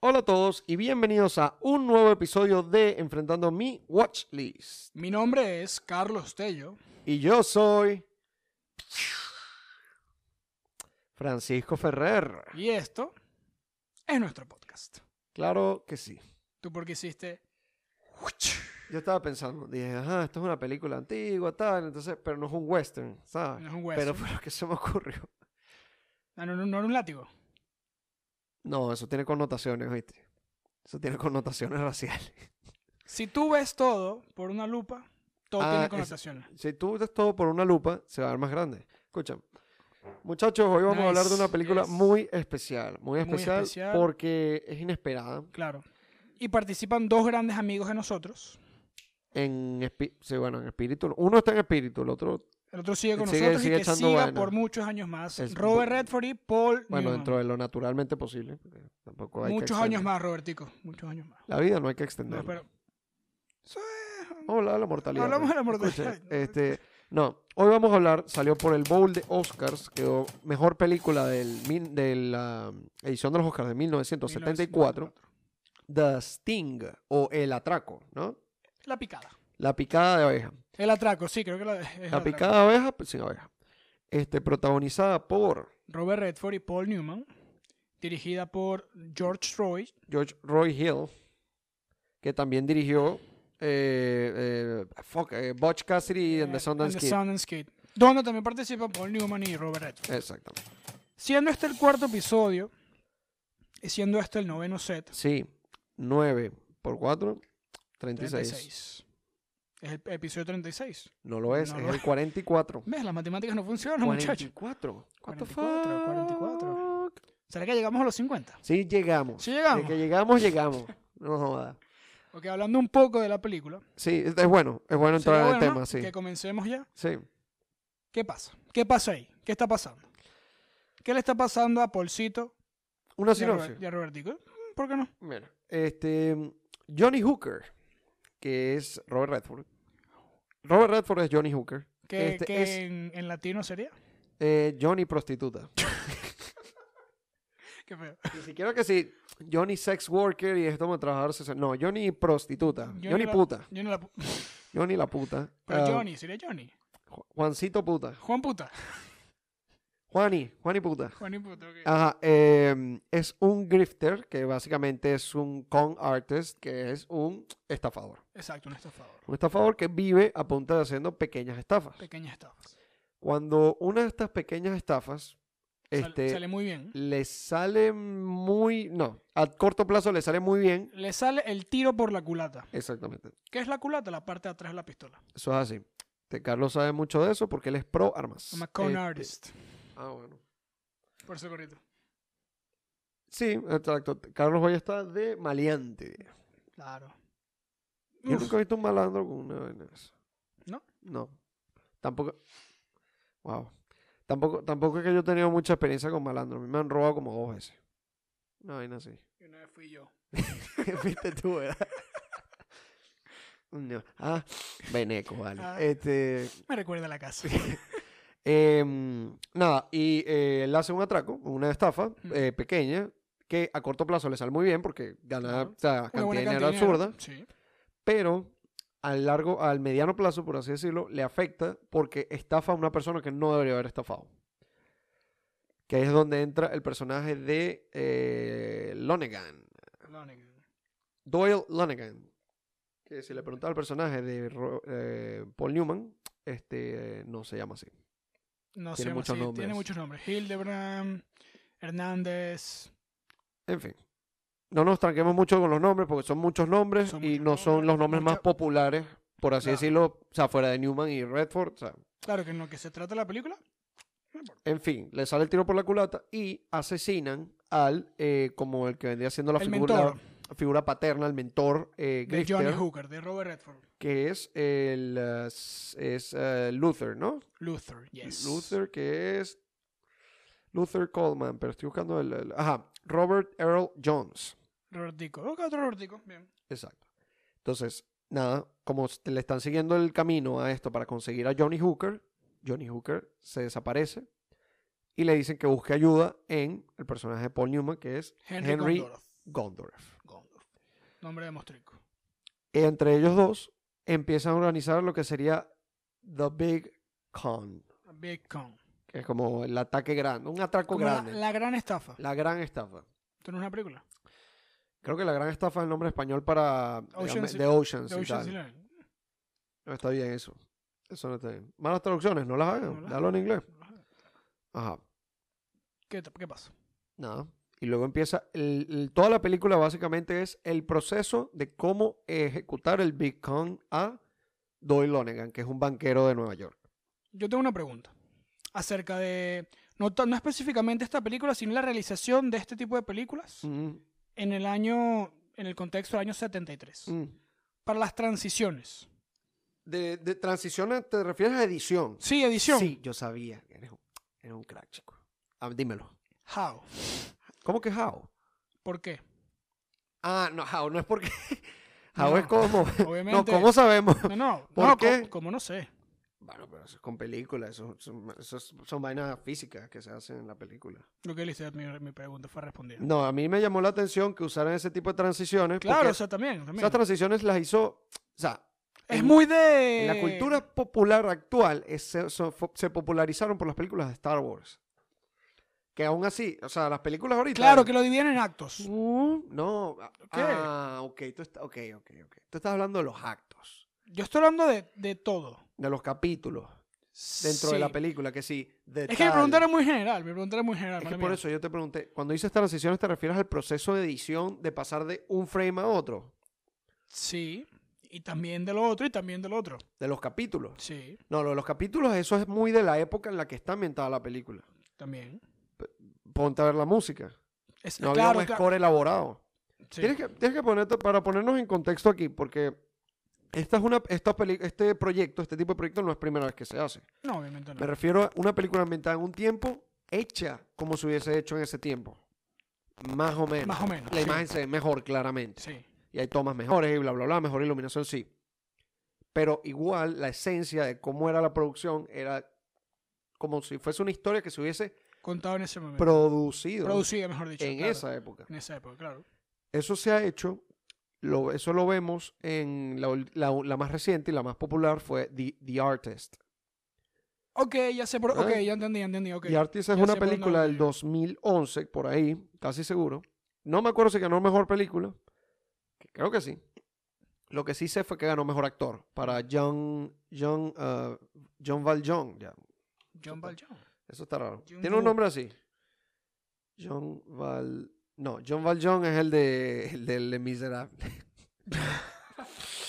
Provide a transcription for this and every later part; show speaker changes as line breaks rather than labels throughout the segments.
Hola a todos y bienvenidos a un nuevo episodio de Enfrentando mi Watchlist.
Mi nombre es Carlos Tello.
Y yo soy Francisco Ferrer.
Y esto es nuestro podcast.
Claro que sí.
¿Tú por qué hiciste?
Yo estaba pensando, dije, ajá, esto es una película antigua, tal, entonces, pero no es un western, ¿sabes?
No es un western.
Pero fue lo que se me ocurrió.
No, no, no, no era un látigo.
No, eso tiene connotaciones, ¿viste? Eso tiene connotaciones raciales.
Si tú ves todo por una lupa, todo
Ah,
tiene
es-
connotaciones.
Si tú ves todo por una lupa, se va a ver más grande. Escucha. Muchachos, hoy vamos a hablar de
Nice,
una película
nice.
muy especial. Muy especial,
especial.
porque es inesperada.
Claro. Y participan dos grandes amigos de nosotros.
En, espi- sí, bueno, en espíritu. Uno está en espíritu, el otro,
El otro sigue con
Sigue-
nosotros
sigue
y que
echando
siga
vaina.
por muchos años más.
Es-
Robert Redford y Paul
bueno,
Newman.
dentro de lo naturalmente posible. porque Tampoco hay que
Muchos años
extender.
más, Robertico. Muchos años más.
La vida no hay que
No,
extenderla.
pero- Eso
Vamos a hablar de la mortalidad.
Hablamos
pues.
de la mortalidad.
Escucha, este, no, hoy vamos a hablar, salió por el Bowl de Oscars, quedó mejor película del, min- de la edición de los Oscars de
es
1974,
1974.
The Sting, o El Atraco, ¿no?
La picada.
La picada de oveja.
El atraco, sí, creo que la, es el
La
atraco.
picada de oveja, pues, sin oveja. Este, protagonizada por
Robert Redford y Paul Newman, dirigida por George Troy,
George Roy Hill, que también dirigió eh, eh, fuck, eh, Butch Cassidy
Eh,
and the Sundance Kid.
Kid, donde también participan Paul Newman y Robert Redford.
Exactamente.
Siendo este el cuarto episodio, y siendo este el noveno set,
Sí, 9 por 4, 36.
36. Es el episodio 36.
No lo es,
No
es
lo
el
es.
44.
¿Ves? Las matemáticas no funcionan, muchachos.
44. What the
44,
fuck?
44. ¿Será que llegamos a los 50?
Sí, llegamos.
Sí llegamos.
De que llegamos, llegamos. No joda.
Ok, hablando un poco de la película.
Sí, es es bueno, es bueno entrar
sería
en el
bueno,
tema,
¿no?
sí.
Que comencemos ya.
Sí.
¿Qué pasa? ¿Qué pasa ahí? ¿Qué está pasando? ¿Qué le está pasando a Polcito
Una
y a, Robert-
sinopsis.
y a Robertico? Mm, ¿Por qué no?
Mira, este Johnny Hooker, que es Robert Redford. Robert Redford es Johnny Hooker.
Que,
Este
que
es-
en, en latino sería.
eh, Johnny prostituta.
Qué feo.
Ni siquiera que sí, Johnny sex worker y esto de trabajar sexual. No, Johnny prostituta. Johnny,
la-
puta.
Johnny la pu-
Johnny la puta.
Pero
Ah,
Johnny, sería Johnny.
Ju- Juancito puta.
Juan puta.
Juani, Juani puta.
Juan y puta. ok.
Ajá, eh, es un grifter, que básicamente es un con artist, que es un estafador.
Exacto, un estafador.
Un estafador que vive a punta de haciendo pequeñas estafas.
Pequeñas estafas.
Cuando una de estas pequeñas estafas
Sal-
este,
sale muy bien.
le sale muy... No, a corto plazo le sale muy bien.
Le sale el tiro por la culata.
Exactamente.
¿Qué es la culata? La parte de atrás de la pistola.
Eso es así. Este, Carlos sabe mucho de eso porque él es pro armas.
Ah, I'm a con
Este,
artist.
Ah, bueno.
Por eso corrito.
Sí, exacto. Carlos hoy está de maleante.
Claro.
Yo
Uf,
nunca he visto un malandro con una vaina de esa.
¿No?
No. Tampoco. Wow. Tampoco, tampoco es que yo he tenido mucha experiencia con malandro. A mí me han robado como dos veces. Una vaina así.
y una vez fui yo.
Viste tú, ¿verdad? No. Ah, veneco, vale.
Ah.
Este.
Me recuerda a la casa.
em, nada, y eh, él hace un atraco, una estafa
Mm.
eh, pequeña, que a corto plazo le sale muy bien porque gana
Claro.
o sea,
Una
cantidad
buena
de dinero
cantidad de dinero.
absurda.
Sí.
pero al largo, al mediano plazo, por así decirlo, le afecta porque estafa a una persona que no debería haber estafado. Que es donde entra el personaje de eh, Lonegan,
La anécdota.
Doyle Lonegan. Que si le preguntaba al personaje de Ro- eh, Paul Newman, este eh, no se llama así.
No
Tiene
sé,
muchos
muchos tiene
nombres.
muchos nombres. Hildebrand, Hernández.
En fin. No nos tranquemos mucho con los nombres porque son muchos nombres
Son
y
muchos
no son
nombres,
los nombres más
mucha-
populares, por así
Claro.
decirlo, o sea, fuera de Newman y Redford. O sea,
Claro, que en lo que se trata la película,
En fin, le sale el tiro por la culata y asesinan al, eh, como el que vendría siendo la
el
figura,
mentor
la figura paterna, el mentor eh,
de Johnny
Grifter,
Hooker, de Robert Redford.
que es, el, eh, s- es eh, Luther, ¿no?
Luther, yes.
Luther, que es Luther Coleman, pero estoy buscando el, el- Ajá, Robert Earl Jones,
Robertico. Ok, otro Robertico. Bien.
exacto. Entonces, nada, como s- le están siguiendo el camino a esto para conseguir a Johnny Hooker, Johnny Hooker se desaparece y le dicen que busque ayuda en el personaje de Paul Newman, que es
Henry,
Henry
Condoroth.
Gondorf.
Gondor. Nombre de mostrico.
Entre ellos dos empiezan a organizar lo que sería The Big Con,
Big Con.
que es como el ataque grande, un atraco
Como La,
grande,
la gran estafa.
la gran estafa.
Esto no es una película.
Creo que la gran estafa es el nombre español para digamos,
Ocean's-
The Oceans.
The
y
Ocean's
tal.
Eleven.
No está bien eso. Eso no está bien. Malas traducciones, no las hagan.
No las
Dalo en inglés. Ajá.
¿Qué, t- qué pasa?
Nada. Y luego empieza. el- el- toda la película básicamente es el proceso de cómo ejecutar el Bitcoin a Doyle Lonegan, que es un banquero de Nueva York.
Yo tengo una pregunta acerca de, no, ta- no específicamente esta película, sino la realización de este tipo de películas
Mm,
en el año, en el contexto del año 73.
mm.
Para las transiciones.
De, de transiciones, ¿te refieres a edición?
Sí, edición.
Sí, yo sabía. que Eres un, eres un crack, chico. Ah, dímelo.
How.
¿Cómo que how?
¿Por qué?
Ah, no, how no es porque. How es
No,
como. No,
Obviamente.
¿cómo sabemos?
No, no.
¿Por
no,
qué?
co- Como no sé.
Bueno, pero eso es con películas, eso, son- eso es- son vainas físicas que se hacen en la película.
Lo que le hice, mi, mi pregunta fue respondida.
No, a mí me llamó la atención que usaran ese tipo de transiciones.
claro,
porque
o sea, también. también.
esas transiciones las hizo, o sea,
es
en-
muy de...
en la cultura popular actual es- se, so- fo- se popularizaron por las películas de Star Wars. Que aún así, o sea, las películas ahorita.
Claro, que lo dividen en actos.
Uh, no. ah,
¿Qué?
Ah, ok, tú está- ok, ok, ok. Tú estás hablando de los actos,
Yo estoy hablando de, de todo.
de los capítulos dentro de
Sí.
la película, que sí. de
Es que mi
tal,
pregunta era muy general, mi pregunta era muy general.
Es que
mala
por
mía.
eso yo te pregunté, cuando dices transiciones, ¿te refieres al proceso de edición de pasar de un frame a otro?
Sí, y también de lo otro, y también de lo otro.
De los capítulos.
Sí,
No, lo de los capítulos, eso es muy de la época en la que está ambientada la película.
también.
Ponte a ver la música.
Es,
No
claro,
había un
claro,
score elaborado.
sí.
Tienes que, tienes que ponerte, para ponernos en contexto aquí, porque esta es una, esta peli- este proyecto, este tipo de proyecto no es primera vez que se hace.
No, obviamente
Me
no.
refiero a una película ambientada en un tiempo hecha como se hubiese hecho en ese tiempo. Más o menos.
Más o menos.
eh, la
sí,
imagen se ve mejor, claramente.
Sí,
y hay tomas mejores y bla, bla, bla, mejor iluminación, sí. Pero igual la esencia de cómo era la producción era como si fuese una historia que se hubiese
contado en ese momento.
producido
Producida, mejor dicho.
en
claro,
esa época.
En esa época, claro.
Eso se ha hecho, lo, eso lo vemos en la, ul- la- la más reciente y la más popular fue The, The Artist.
Ok, ya sé por...
Ah.
Ok, ya entendí, ya entendí, ok.
The Artist es
ya
una
sé por dónde
película
voy.
del 2011, por ahí, casi seguro. No me acuerdo si ganó Mejor Película, que creo que sí. Lo que sí sé fue que ganó Mejor Actor para John, John, uh, John Valjean. ya,
John Valjean.
eso está raro.
John
Tiene un
Woo.
nombre así. John Val... No, John Valjean es el de, el del Les Miserables.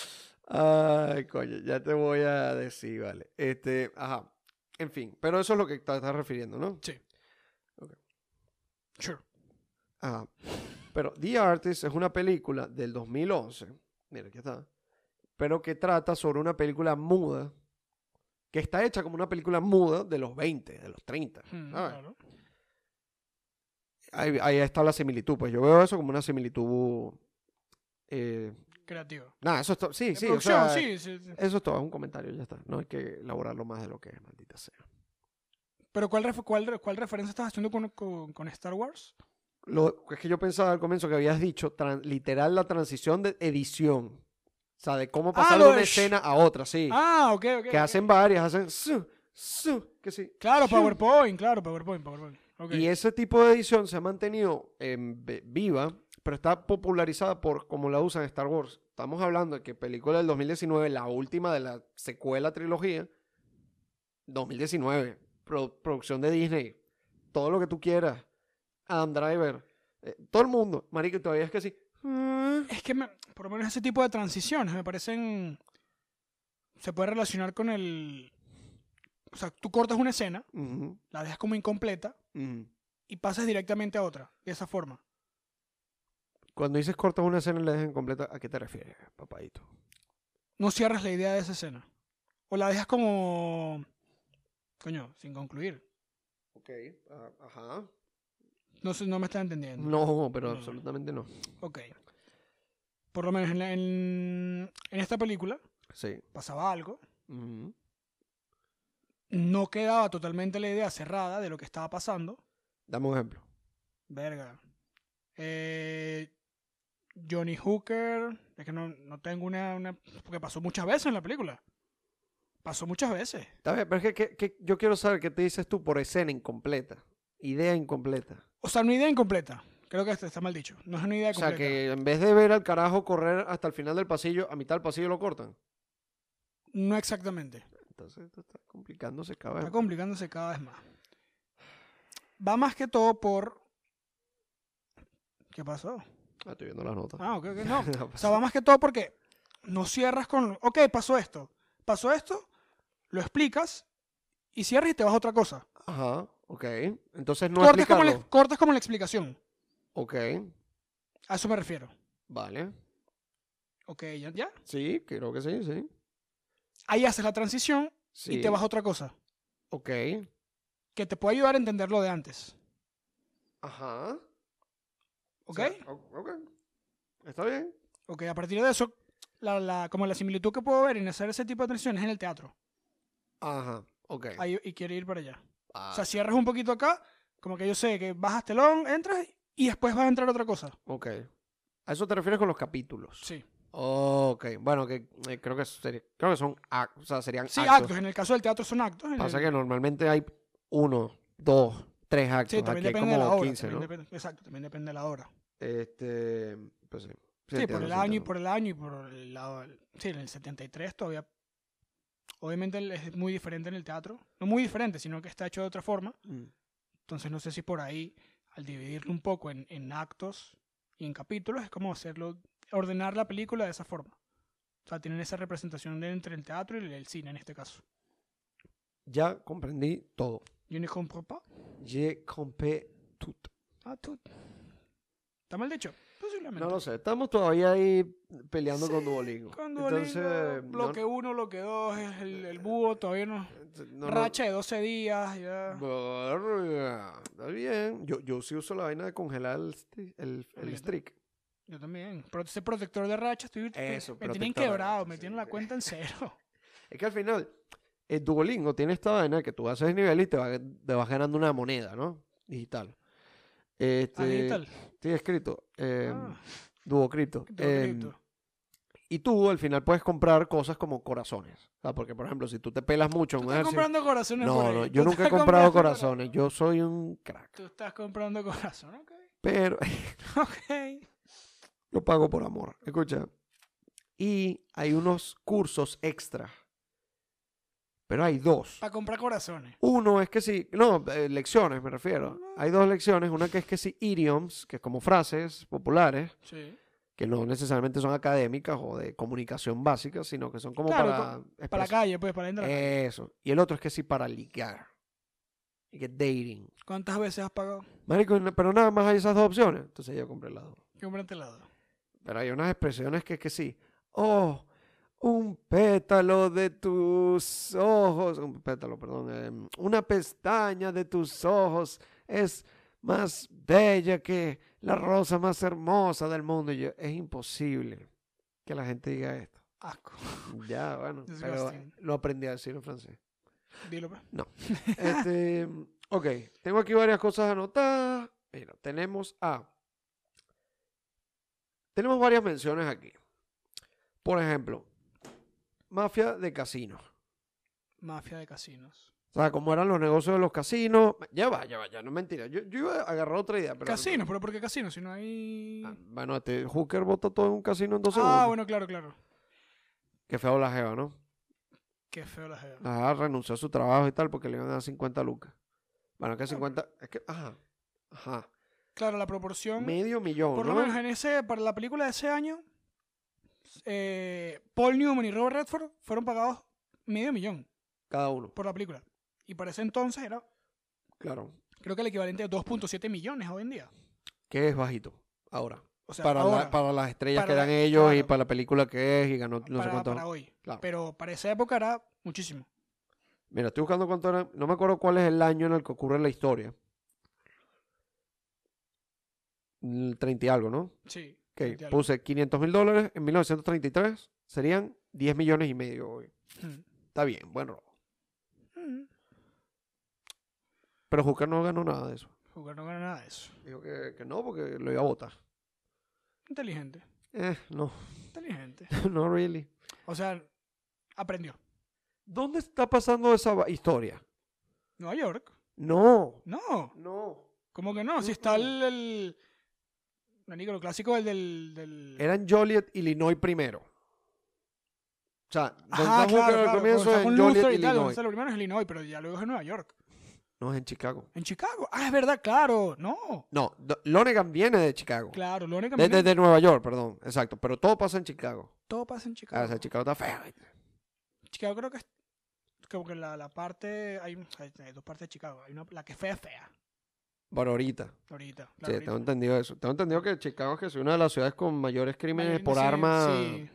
Ay, coño, ya te voy a decir, vale. Este, ajá. En fin, pero eso es lo que te estás refiriendo, ¿no?
Sure.
Ajá. Ah, Pero The Artist es una película del 2011. Mira, aquí está. Pero que trata sobre una película muda. Que está hecha como una película muda de los 20, de los 30.
Mm,
¿sabes?
claro.
Ahí, ahí está la similitud. Pues yo veo eso como una similitud. eh,
Creativo.
nada, eso es todo. Sí,
De
sí, o sea,
producción, sí, sí, sí.
Eso es todo. Es un comentario, ya está. No hay que elaborarlo más de lo que es, maldita sea.
Pero ¿cuál, ref- cuál, re- cuál referencia estás haciendo con, con, con Star Wars?
Lo es que yo pensaba al comienzo que habías dicho, tran- literal, la transición de edición. O sea, de cómo pasar
Ah, lo
de una
de sh-
escena a otra, sí.
Ah, ok, ok.
que
ok.
hacen varias, hacen su, su, que sí.
Claro,
Shoo.
PowerPoint, claro, PowerPoint, PowerPoint. Ok.
Y ese tipo de edición se ha mantenido em, ve- viva, pero está popularizada por cómo la usan en Star Wars. Estamos hablando de que película del 2019, la última de la secuela trilogía, 2019, pro- producción de Disney, todo lo que tú quieras, Adam Driver, eh, todo el mundo, marico, y todavía es que sí.
Es que me- por lo menos ese tipo de transiciones me parecen. Se puede relacionar con el. O sea, tú cortas una escena,
Ujú,
la dejas como incompleta
ujú.
y pasas directamente a otra, de esa forma.
Cuando dices cortas una escena y la dejan completa, ¿a qué te refieres, papadito?
No cierras la idea de esa escena. O la dejas como. Coño, sin concluir.
Ok, ajá.
No, sé, no me estás entendiendo.
No, pero
No, no.
absolutamente no.
Ok. Por lo menos en, la- en- en esta película
Sí.
pasaba algo.
Ujú.
No quedaba totalmente la idea cerrada de lo que estaba pasando.
Dame un ejemplo.
Verga. Eh, Johnny Hooker. Es que no, no tengo una, una- Porque pasó muchas veces en la película. Pasó muchas veces.
Está bien, pero es que, que- que yo quiero saber qué te dices tú por escena incompleta. Idea incompleta.
O sea, una idea incompleta. Creo que está, está mal dicho. No es una idea
O sea,
completa.
que en vez de ver al carajo correr hasta el final del pasillo, a mitad del pasillo lo cortan.
No exactamente.
Entonces, esto está complicándose cada
Está
vez.
complicándose cada vez más. Va más que todo por. ¿Qué pasó?
Ah, estoy viendo las notas.
Ah, ok, ok, no.
No
O
pasa
sea, va más que todo porque no cierras con. Ok, pasó esto. Pasó esto, lo explicas y cierras y te vas a otra cosa.
Ajá, ok. Entonces no
cortas, como la,
explicarlo.
cortas como la explicación.
Ok,
A eso me refiero.
vale.
Ok, ya. ya.
Sí, creo que sí, sí.
Ahí haces la transición
Sí,
y te vas a otra cosa
Ok,
que te puede ayudar a entender lo de antes.
ajá. O
¿Ok?
sea, o- ok. Está bien.
ok, a partir de eso, la, la- como la similitud que puedo ver en hacer ese tipo de transiciones es en el teatro.
Ajá, ok.
Ahí, y quiere ir para allá.
Ah,
O sea, cierras un poquito acá, como que yo sé que bajas telón, entras y después vas a entrar a otra cosa.
ok. ¿A eso te refieres con los capítulos?
Sí.
Ok, bueno, que eh, creo que sería- creo que son ac- o sea, serían
Sí, actos.
actos.
En el caso del teatro son actos. en
Pasa
el-
que normalmente hay uno, dos, tres actos.
Sí,
Aquí
también
hay
depende de la
como
obra.
15,
también
¿no?
depende- exacto, también depende de la obra.
Este, pues sí.
Sí, por
entiendo, sí
el año y
entiendo.
por el año y por el lado. Sí, en el 73 todavía. Obviamente el- es muy diferente en el teatro. No muy diferente, sino que está hecho de otra forma.
Mm.
Entonces no sé si por ahí, al dividirlo un poco en, en actos y en capítulos, es como hacerlo, ordenar la película de esa forma. O sea, tienen esa representación de entre el teatro y el, el cine en este caso.
Ya comprendí todo.
Yo no comprends pas.
Je compré tout.
Ah, tú. ¿Está mal dicho? Posiblemente.
No lo sé, estamos todavía ahí peleando con Duolingo.
Con Duolingo,
Entonces, no- Eh,
bloque 1, bloque 2, el, el búho todavía no.
no- no-
Racha de 12 días, ya.
Verga, Está bien. Yo, yo sí uso la vaina de congelar el, sti- el, el
Ah, yo
streak.
Yo también. Pro- Ese protector de racha, estoy,
Eso,
me tienen
protector de
quebrado,
racha,
me
sí,
tienen la
sí.
cuenta en cero.
Es que al final, el Duolingo tiene esta vaina que tú haces nivel y te, va- te vas ganando una moneda, ¿no? Digital. Este,
Ah, digital.
Sí, escrito. Eh,
Ah,
Duocripto.
cripto,
Em,
cripto.
y tú al final puedes comprar cosas como corazones. O sea, porque, por ejemplo, si tú te pelas mucho en
Tú
un
estás
ejercicio-
comprando corazones por
No,
ahí.
no,
Tú
yo nunca he
estás
comprado
comprando cora-
corazones. Yo soy un crack.
Tú estás comprando corazones, ok.
Pero
Ok.
lo pago por amor. Escucha. Y hay unos cursos extra. Pero hay dos.
Para comprar corazones.
Uno es que sí, no, eh, lecciones me refiero. Hay dos lecciones, una que es que sí, idioms, que es como frases populares,
Sí.
que no necesariamente son académicas o de comunicación básica, sino que son como
Claro,
para...
Para la
expresar-
calle, pues, para entrar.
Eso. Y el otro es que sí, para ligar. Y que dating.
¿Cuántas veces has pagado?
Marico, no- pero nada más hay esas dos opciones. Entonces yo compré las dos.
Comprate helado.
Pero hay unas expresiones que es que sí. Oh, un pétalo de tus ojos. Un pétalo, perdón. em, una pestaña de tus ojos es más bella que la rosa más hermosa del mundo. Y yo, es imposible que la gente diga esto.
Asco.
Ya, bueno. Pero
Disgusting.
lo aprendí a decir en francés.
Dilo, pues.
Este, ok, tengo aquí varias cosas anotadas. Mira, tenemos a. Tenemos varias menciones aquí. Por ejemplo, mafia de casinos.
Mafia de casinos.
O sea, cómo eran los negocios de los casinos. Ya va, ya va, ya, no es mentira. Yo, yo iba a agarrar otra idea, pero.
casinos, pero ¿por qué casinos? Si no hay.
Ah, Bueno, este Hooker vota todo en un casino en dos segundos.
Ah, bueno, claro, claro.
Qué feo la jeva, ¿no?
Qué feo la jeva.
La jeva renunció a su trabajo y tal porque le iban a dar 50 lucas. Bueno, que 50. Es que. Ajá. Ajá.
Claro, la proporción.
Medio millón.
por lo
¿no?
menos en ese, para la película de ese año, eh, Paul Newman y Robert Redford fueron pagados medio millón
Cada uno.
por la película. Y para ese entonces era,
Claro.
creo que el equivalente de 2.7 millones hoy en día.
Que es bajito. Ahora.
O sea,
para, la-
ahora,
para las estrellas
Para
que
la-
eran ellos y
claro.
para la película que es y ganó no sé
para-
cuánto.
para hoy.
Claro.
Pero para esa época era muchísimo.
Mira, estoy buscando cuánto era. No me acuerdo cuál es el año en el que ocurre la historia. Mm, 30 y algo, ¿no?
Sí.
Ok, pues-
de algo.
puse 500 mil dólares en 1933. Serían 10 millones y medio hoy.
Mm.
Está bien, buen robo.
Mm.
Pero Hooker no ganó nada de eso.
Jugar no gana nada de eso.
Dijo que, que no porque lo iba a votar.
Inteligente.
Eh, no,
Inteligente.
no really.
O sea, aprendió.
¿Dónde está pasando esa va- historia?
Nueva York.
No,
No.
no.
¿Cómo que no? Si está el. el marico, lo clásico, el del. del-
Eran Joliet, Illinois primero. O sea, donde
Ajá,
está
Ah, claro,
Hooker al
claro,
comienzo
cuando
es
está
en
con
Joliet,
Luther y tal, donde
Illinois.
está Lo primero es Illinois, pero ya luego es Nueva York.
No es en Chicago.
En Chicago. Ah, es verdad, claro. No.
No, Do- Lonegan viene de Chicago.
Claro, lo único que
De, de- de Nueva York, perdón. Exacto. Pero todo pasa en Chicago.
todo pasa en Chicago.
Ah, o sea, Chicago está feo.
Chicago creo que es como que la, la parte hay, hay- hay dos partes de Chicago, hay una la que es fea fea
Bueno, ahorita.
ahorita. la
Sí,
ahorita.
tengo entendido eso. Tengo entendido que Chicago es que es una de las ciudades con mayores crímenes
Imagínense,
por armas.
sí.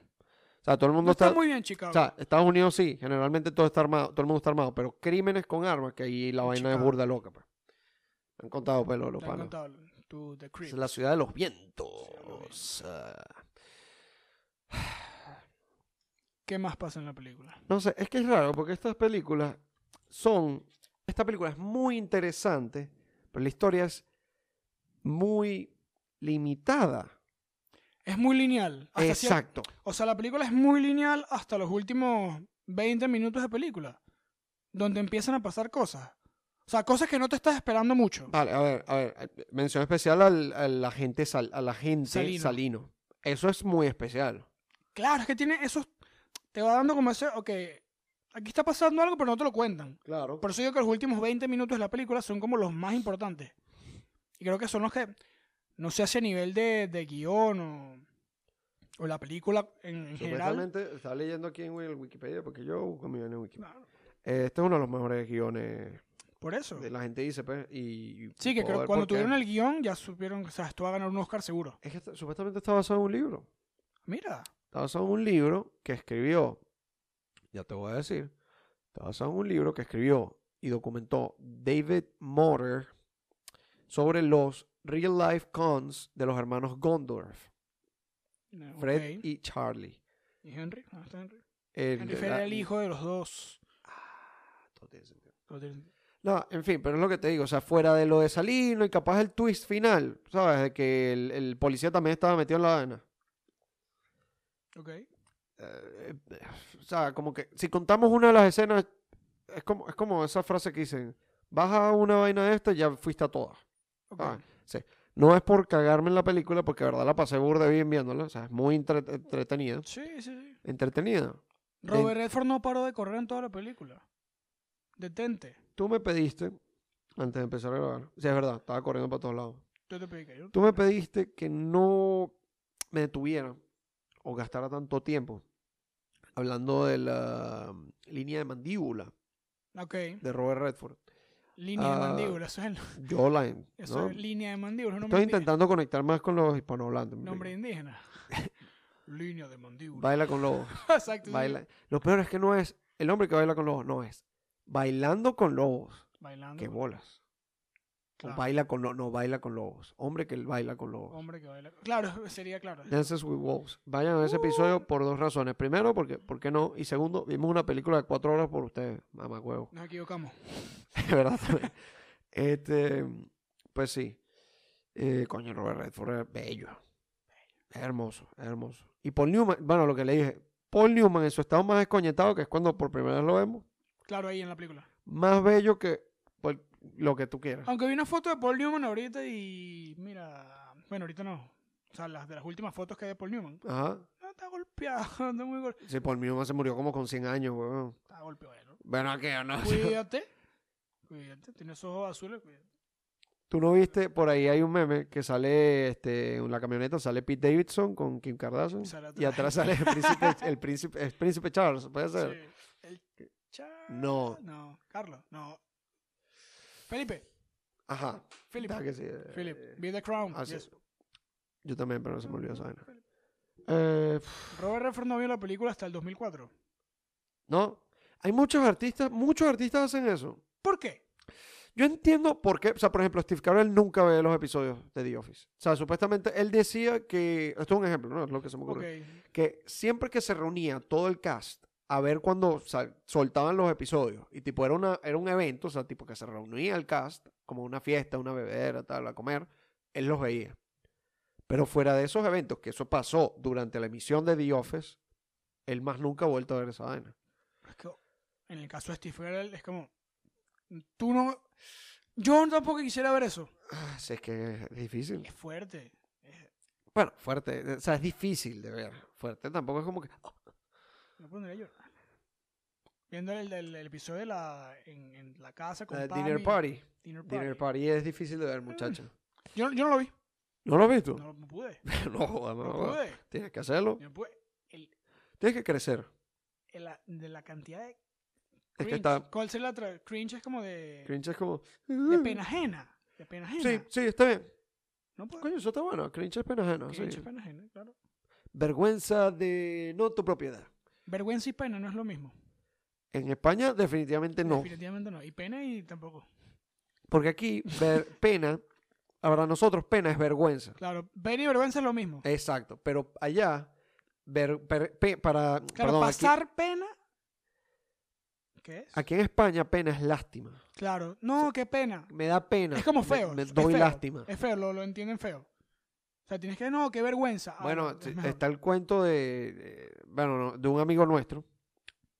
O sea, todo el mundo
No
está.
está, muy bien Chicago.
O sea, Estados Unidos sí, generalmente todo está armado, todo el mundo está armado, pero crímenes con armas, que ahí la
En
vaina es
Chicago.
burda loca, pues. Me han contado pelo los
Te han
panos.
contado tú, The Creep.
Es la ciudad de los
Ciudad de los
vientos. Ah.
¿Qué más pasa en la película?
No sé, es que es raro porque estas películas son. Esta película es muy interesante, pero la historia es muy limitada.
Es muy lineal. hasta cier-
Exacto.
O sea, la película es muy lineal hasta los últimos 20 minutos de película, donde empiezan a pasar cosas. O sea, cosas que no te estás esperando mucho.
Vale, a ver, a ver. eh, Mención especial al, al agente, Sal- al agente
Salino.
Salino. Eso es muy especial.
Claro, es que tiene esos te va dando como ese, ok, aquí está pasando algo, pero no te lo cuentan.
Claro.
Por eso digo que los últimos 20 minutos de la película son como los más importantes. Y creo que son los que, no sé si a nivel de, de guión o, o la película en, en general.
Supuestamente, estaba leyendo aquí en el Wikipedia, porque yo busco mi vaina en Wikipedia.
Claro,
Eh, Este es uno de los mejores guiones
Por eso.
de la gente dice, pues, y... y
Sí, que
puedo
creo que
ver
cuando
por qué.
tuvieron el guión ya supieron, o sea, esto va a ganar un Oscar seguro.
Es que está- supuestamente está basado en un libro.
Mira,
Está basado en un libro que escribió, ya te voy a decir, está basado en un libro que escribió y documentó David Motter sobre los real life cons de los hermanos Gondorf,
eh,
Fred
ok.
y Charlie.
¿Y Henry? ¿Dónde está Henry?
El-
Henry Fred
la-
era el hijo de los dos.
Todo tiene sentido.
Lo tienen-
No, en fin, pero es lo que te digo, o sea, fuera de lo de Salino y capaz el twist final, ¿sabes? De que el, el policía también estaba metido en la vaina.
Ok.
eh, eh, o sea, como que si contamos una de las escenas, es como, es como esa frase que dicen, baja una vaina de esta y ya fuiste a todas.
ok.
Ah, sí. No es por cagarme en la película, porque de verdad la pasé burda bien viéndola, o sea, es muy entre- entretenida.
Sí, sí, sí.
Entretenida.
Robert Redford no paró de correr en toda la película. Detente.
Tú me pediste, antes de empezar a grabar, sí, es verdad, estaba corriendo para todos lados.
Yo te pedí que yo.
Tú me pediste que no me detuviera o gastara tanto tiempo hablando de la um, línea de mandíbula
Ok.
de Robert Redford.
Línea de
Ah,
mandíbula, eso es el-
Jawline.
Eso
¿no?
es línea de mandíbula, es un nombre
Estoy
indígena.
intentando conectar más con los hispanohablantes. mi
Nombre
primo.
indígena. línea de mandíbula.
Baila con lobos.
Exacto. sí.
Baila. Lo peor es que no es el hombre que baila con lobos, no es. Bailando con lobos.
Bailando.
Qué bolas. O
Claro.
baila con lobos. No, baila con lobos. Hombre que baila con lobos.
Hombre que baila. Claro, sería claro.
Dances with Wolves. Vayan a ese
¡Uh!
episodio por dos razones. Primero, porque ¿por qué no? Y segundo, vimos una película de cuatro horas por ustedes. Mamá huevo.
Nos equivocamos.
De verdad. también. este, pues sí. Eh, coño, Robert Redford es bello. Es hermoso, es hermoso. Y Paul Newman, bueno, lo que le dije, Paul Newman en su estado más desconectado, que es cuando por primera vez lo vemos,
Claro, ahí en la película.
más bello que pues, lo que tú quieras.
Aunque vi una foto de Paul Newman ahorita y. Mira. Bueno, ahorita no. O sea, las de las últimas fotos que hay de Paul Newman.
Ajá.
No, está golpeado. Está muy gol-
Sí, Paul Newman se murió como con 100 años, weón.
Está golpeado. ¿no?
Bueno, que no.
Cuídate. Cuídate. Tienes ojos azules. Cuídate.
Tú no viste, por ahí hay un meme que sale, este, en la camioneta sale Pete Davidson con Kim Kardashian.
Sale atrás.
Y atrás sale el príncipe, el príncipe, el príncipe Charles, puede ser.
Sí. El cha-
No.
No, Carlos, no. Felipe,
Ajá.
Felipe,
Ah, que sí, eh,
Philip, be the crown.
Ah, sí.
yes.
Yo también, pero no se me olvidó esa vaina. Eh, pf,
Robert Redford no vio la película hasta el 2004.
no, hay muchos artistas, muchos artistas hacen eso.
¿Por qué?
Yo entiendo por qué, o sea, por ejemplo, Steve Carell nunca ve los episodios de The Office. O sea, supuestamente él decía que, esto es un ejemplo, ¿no? Es lo que se me
Ok,
ocurrió. Que siempre que se reunía todo el cast a ver cuando sal- soltaban los episodios, y tipo era, una, era un evento, o sea, tipo que se reunía el cast, como una fiesta, una bebera, tal, a comer, él los veía. Pero fuera de esos eventos, que eso pasó durante la emisión de The Office, él más nunca ha vuelto a ver esa vaina.
Es que en el caso de Steve Carell es como. Tú no. Yo tampoco quisiera ver eso.
Ah, sí, es que es difícil.
Es fuerte. Es-
Bueno, fuerte. eh, O sea, es difícil de ver. Fuerte tampoco es como que. "Oh,
Me pondría a llorar. Viendo el, el- el episodio de la, en, en la casa con
eh,
Pam
dinner
y-
party.
Dinner Party.
Dinner party es difícil de ver, muchacha.
Yo, yo no lo vi.
¿No lo has visto?
No, no pude.
No, jodas, no,
No
jodas.
pude.
Tienes que hacerlo.
No pude. El-
Tienes que crecer.
el- la- de la cantidad de.
Es
Cringe.
que está.
¿Cuál será la otra? Cringe es como de.
Cringe es como. "Uh".
De pena ajena. De pena ajena.
Sí, sí, está bien.
No puedo.
Coño, eso está bueno. Cringe es pena ajena,
Cringe
sí.
es pena ajena, claro.
Vergüenza de no tu propiedad.
Vergüenza y pena no es lo mismo.
En España, definitivamente no.
Definitivamente no. Y pena y tampoco.
Porque aquí, ver pena, para nosotros pena es vergüenza.
Claro, pena y vergüenza es lo mismo.
Exacto. Pero allá, ver, per- pe- para.
claro,
perdón, aquí-
pasar pena. ¿Qué es?
Aquí, en España, pena es lástima.
Claro. No, qué pena.
Me da pena.
Es como
Me-
feo.
Me,
es
doy
feo,
lástima.
Es feo, lo, lo entienden feo. O sea, tienes que, no, qué vergüenza. Ah,
Bueno,
es
sí,
mejor.
está el cuento de, de- bueno, no, de un amigo nuestro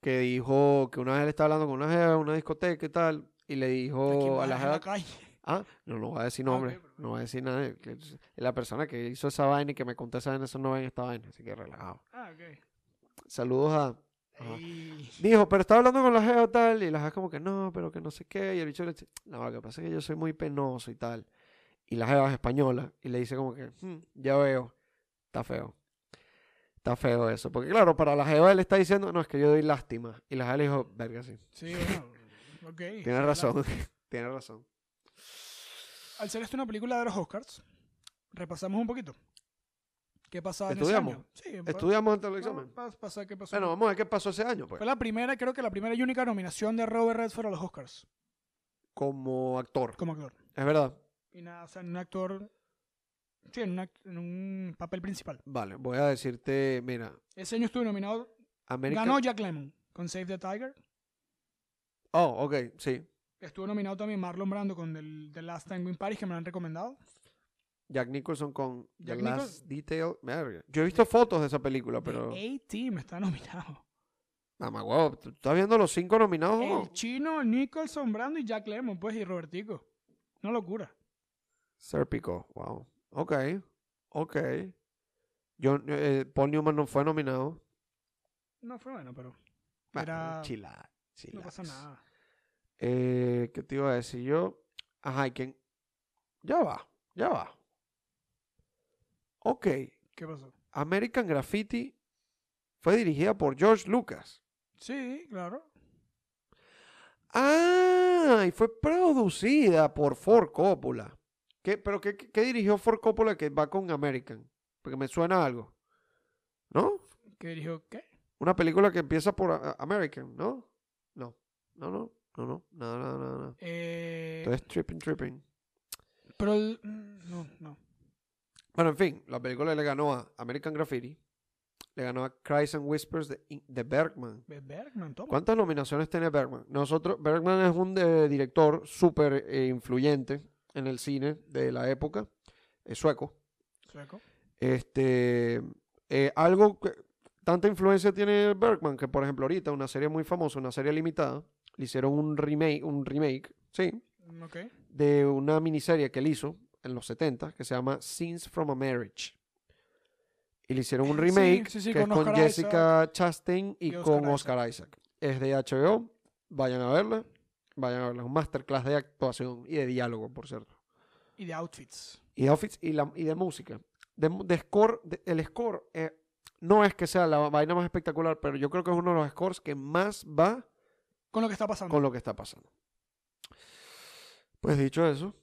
que dijo que una vez él estaba hablando con una jeva en una discoteca y tal, y le
Aquí
dijo a
más
la
en la
jeva,
calle.
ah, no, no va a decir
Ah, ok,
nombre,
perfecto.
no va a decir nada, que es la persona que hizo esa vaina y que me contó esa vaina, eso no ven esta vaina, así que relajado.
Ah, ok.
Saludos a... ajá.
Ahí.
Dijo, pero estaba hablando con la jeva tal, y la jeva como que no, pero que no sé qué, y el bicho le dice, no, lo que pasa es que yo soy muy penoso y tal, y la jeva es española, y le dice como que, "Hmm, ya veo, está feo, está feo eso, porque claro, para la jeva él está diciendo, no, es que yo doy lástima, y la jeva le dijo, verga, sí,
Sí, bueno. ok. Sí,
tienes
claro.
razón, tienes razón.
Al ser esto una película de los Oscars, repasamos un poquito. ¿Qué pasaba
Estudiamos.
en ese año? Sí, pa-
¿Estudiamos antes del
vamos
examen?
a pas- pasar qué pasó.
Bueno, vamos a ver qué pasó ese año, pues,
Fue la primera, creo que la primera y única nominación de Robert Redford a los Oscars
como actor,
como actor.
es verdad.
Y nada, o sea, en un actor. Sí, en, un act- en un papel principal.
Vale, voy a decirte, mira,
Ese año estuvo nominado.
América...
Ganó Jack Lemmon con Save the Tiger.
Oh, ok, sí,
Estuvo nominado también Marlon Brando con el, The Last Tango in Paris, que me lo han recomendado.
Jack Nicholson con The
Jack
Last Detail. Verga. Yo he visto fotos de esa película, pero.
A-Team está nominado.
Mamá, huevo, ¿tú estás viendo los cinco nominados? no?
El chino, Nicholson, Brando y Jack Lemmon, pues, y Robertico. Una locura.
Serpico, wow. Ok, ok. John, eh, Paul Newman no fue nominado.
No fue bueno, pero
Bueno,
Era-
chila- chilax.
no pasa nada.
Eh, ¿Qué te iba a decir yo? Ajá, ¿y quién? Ya va, ya va. Ok,
¿Qué pasó?
American Graffiti fue dirigida por George Lucas.
Sí, claro.
Ah, y fue producida por Ford Coppola. ¿Qué, ¿Pero qué, qué- qué dirigió Ford Coppola que va con American? Porque me suena algo. ¿No?
¿Qué dirigió? ¿Qué?
Una película que empieza por a- a- American, ¿no? No, no, no, no, no, nada, nada, nada. nada.
Eh,
Entonces, tripping, tripping.
pero el- mm, No, no.
Bueno, en fin, la película le ganó a American Graffiti, le ganó a Cries and Whispers de, In- de Bergman.
Be- Bergman, toma.
¿Cuántas nominaciones tiene Bergman? Nosotros, Bergman es un eh, director súper eh, influyente en el cine de la época, es sueco.
Sueco.
Este, eh, algo que tanta influencia tiene Bergman que, por ejemplo, ahorita una serie muy famosa, una serie limitada, le hicieron un remake, un remake, sí,
Mm, Ok.
de una miniserie que él hizo en los 70 que se llama Scenes from a Marriage. Y le hicieron un
Sí,
remake
sí, sí,
que
con
es con
Oscar
Jessica Chastain y,
Y Oscar
con Oscar Isaac. Es de HBO. Vayan a verla. Vayan a verla. Es un masterclass de actuación y de diálogo, por cierto.
Y de outfits.
Y de, outfits y la- y de música. De, mu- de score, de- el score eh, no es que sea la vaina más espectacular, pero yo creo que es uno de los scores que más va
Con lo que está pasando.
con lo que está pasando. Pues dicho eso,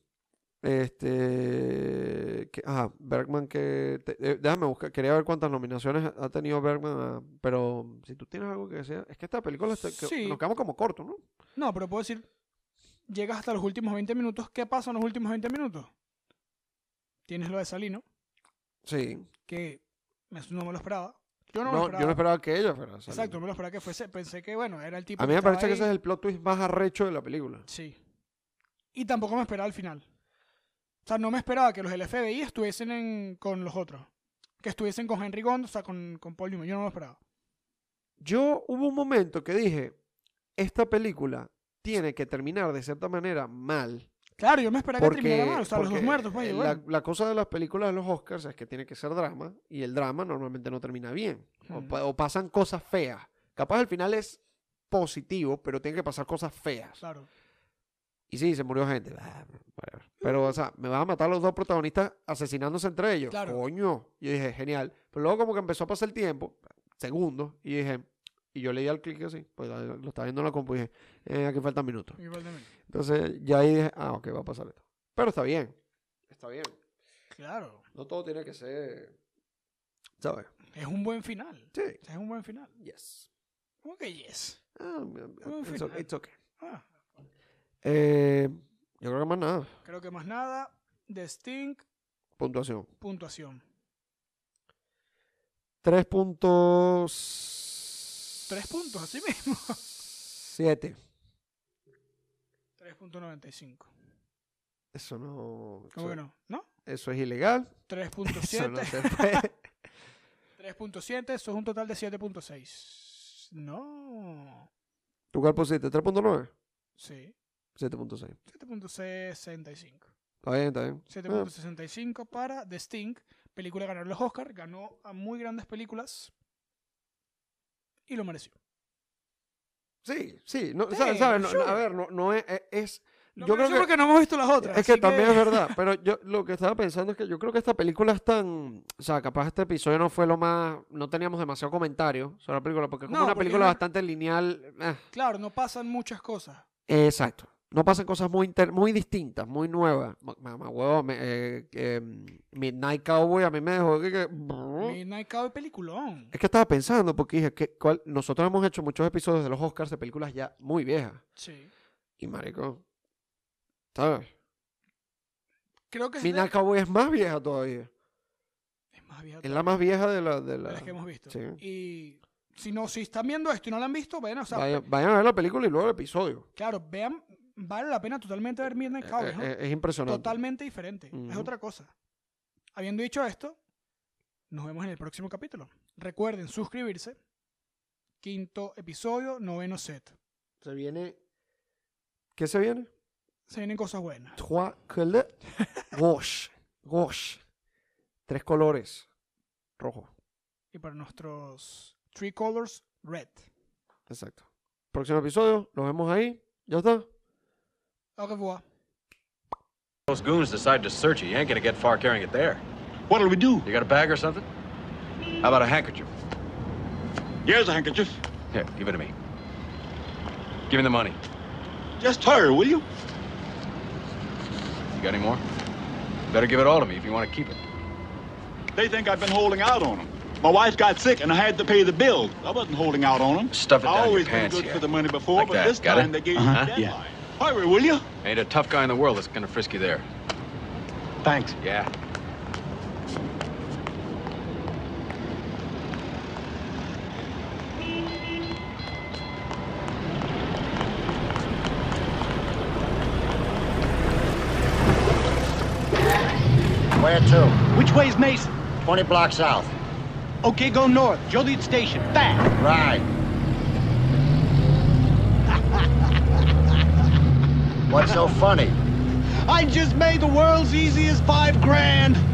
este, que, ajá, Bergman que, te- eh, déjame buscar, quería ver cuántas nominaciones ha- ha tenido Bergman, a- pero si tú tienes algo que decir, es que esta película está- que
Sí.
nos quedamos como corto, ¿no?
No, pero puedo decir, llegas hasta los últimos 20 minutos. ¿Qué pasa en los últimos 20 minutos? Tienes lo de Salino,
Sí.
que me- no me lo esperaba. Yo no,
No,
me lo
yo
esperaba.
no esperaba que ella fuera. a salir.
Exacto, no me lo esperaba que fuese. Pensé que, bueno, era el tipo.
A mí me
estaba
parece que
ahí.
ese es el plot twist más arrecho de la película.
Sí. Y tampoco me esperaba el final. sea, no me esperaba que los del FBI estuviesen en- con los otros. Que estuviesen con Henry Gondo, o sea, con, con Paul Newman. Yo no lo esperaba.
Yo hubo un momento que dije, esta película tiene que terminar de cierta manera mal.
Claro, yo me esperaba que
Porque,
terminara mal. O sea, los
porque,
dos muertos, pues,
eh,
y
la,
bueno.
la cosa de las películas de los Oscars es que tiene que ser drama y el drama normalmente no termina bien. O,
Mm.
pa- o pasan cosas feas. Capaz al final es positivo, pero tiene que pasar cosas feas.
Claro.
Y sí, se murió gente. Ah, whatever. Pero, o sea, me van a matar los dos protagonistas asesinándose entre ellos.
Claro.
Coño. Yo dije, genial. Pero luego como que empezó a pasar el tiempo, segundos, y dije, y yo le di al clic así, pues la- lo estaba viendo en la compu y dije, eh, aquí faltan minutos.
Igual de menos.
Entonces, ya ahí dije, ah, ok, va a pasar esto. Pero está bien. Está bien.
Claro.
No todo tiene que ser... ¿Sabes?
Es un buen final.
Sí.
O sea, es un buen final.
Yes.
¿Cómo que yes?
Ah,
Buen
it's okay,
final.
it's okay.
Ah,
Eh, yo creo que más nada.
creo que más nada. The Sting,
Puntuación.
puntuación.
3 puntos.
Tres puntos, así mismo.
7.
3.95.
Eso no.
¿Cómo
eso,
que no? Ah, ¿No?
eso es ilegal. Eso
3.7.
no se puede.
3.7, eso es un total de 7.6. No.
¿Tú cuál pusiste? ¿3.9?
Sí.
7.6.
7.65.
Está bien, está bien.
7.65 para The Sting. Película ganó los Oscars. Ganó a muy grandes películas. Y lo mereció.
Sí, sí. No,
Sí,
sa- ¿sabes? No-
sure.
a ver, no, no es. es- es-
Lo
yo creo
mereció
que.
porque no hemos visto las otras.
es que
así
también es verdad, pero yo lo que estaba pensando es que yo creo que esta película es tan. O sea, capaz este episodio no fue lo más. No teníamos demasiado comentario sobre la película, porque es como
No,
una
porque
película
no-
bastante lineal. eh.
Claro, no pasan muchas cosas.
Exacto. No pasan cosas muy, inter- muy distintas, muy nuevas. Ma- Mamá, huevo, me- eh, eh, Midnight Cowboy a mí me dejó que... que-
Midnight Cowboy peliculón.
¿Mm? Es que estaba pensando, porque dije, que cuál- nosotros hemos hecho muchos episodios de los Oscars de películas ya muy viejas.
Sí.
Y marico, ¿sabes?
Creo que es, de-
Midnight Cowboy es más vieja todavía.
es más vieja
Es la más vieja de, la, de,
de
la-
las que hemos visto.
Sí.
Y si no, si están viendo esto y no la han visto, bueno, o sea,
Vayan, vayan a ver la película y luego el episodio.
Claro, vean, vale la pena totalmente ver Midnight
Eh,
Cowboy.
eh,
¿no?
eh, es impresionante.
totalmente diferente. Es
Ujú.
otra cosa. Habiendo dicho esto, nos vemos en el próximo capítulo. Recuerden suscribirse. Quinto episodio, noveno set.
Se viene... ¿Qué se viene?
Se vienen cosas buenas.
Trois couleurs. Gauche. Gauche. Tres colores. Rojo.
Y para nuestros Three Colors Red.
Exacto. Próximo episodio. Nos vemos ahí. Ya está.
Au revoir.
Those goons decide to search you. You ain't gonna get far carrying it there.
What'll we do?
You got a bag or something? How about a handkerchief?
Here's a handkerchief.
Here, give it to me. Give me the money.
Just her, will you?
You got any more? Better give it all to me if you want to keep it.
They think I've been holding out on them. My wife got sick and I had to pay the bill. I wasn't holding out on them.
Stuff it down
I
your
always
pants
been good
here.
for the money before,
Like
but
that,
this
got
time
it?
they gave
Uh-huh,
me a
yeah.
deadline. Hurry, will you?
Ain't a tough guy in the world that's gonna frisk you there.
Thanks.
Yeah.
Where to?
Which way's Mason?
20 blocks south.
Okay, go north. Joliet Station. Fast.
Right. What's so funny?
I just made the world's easiest five grand.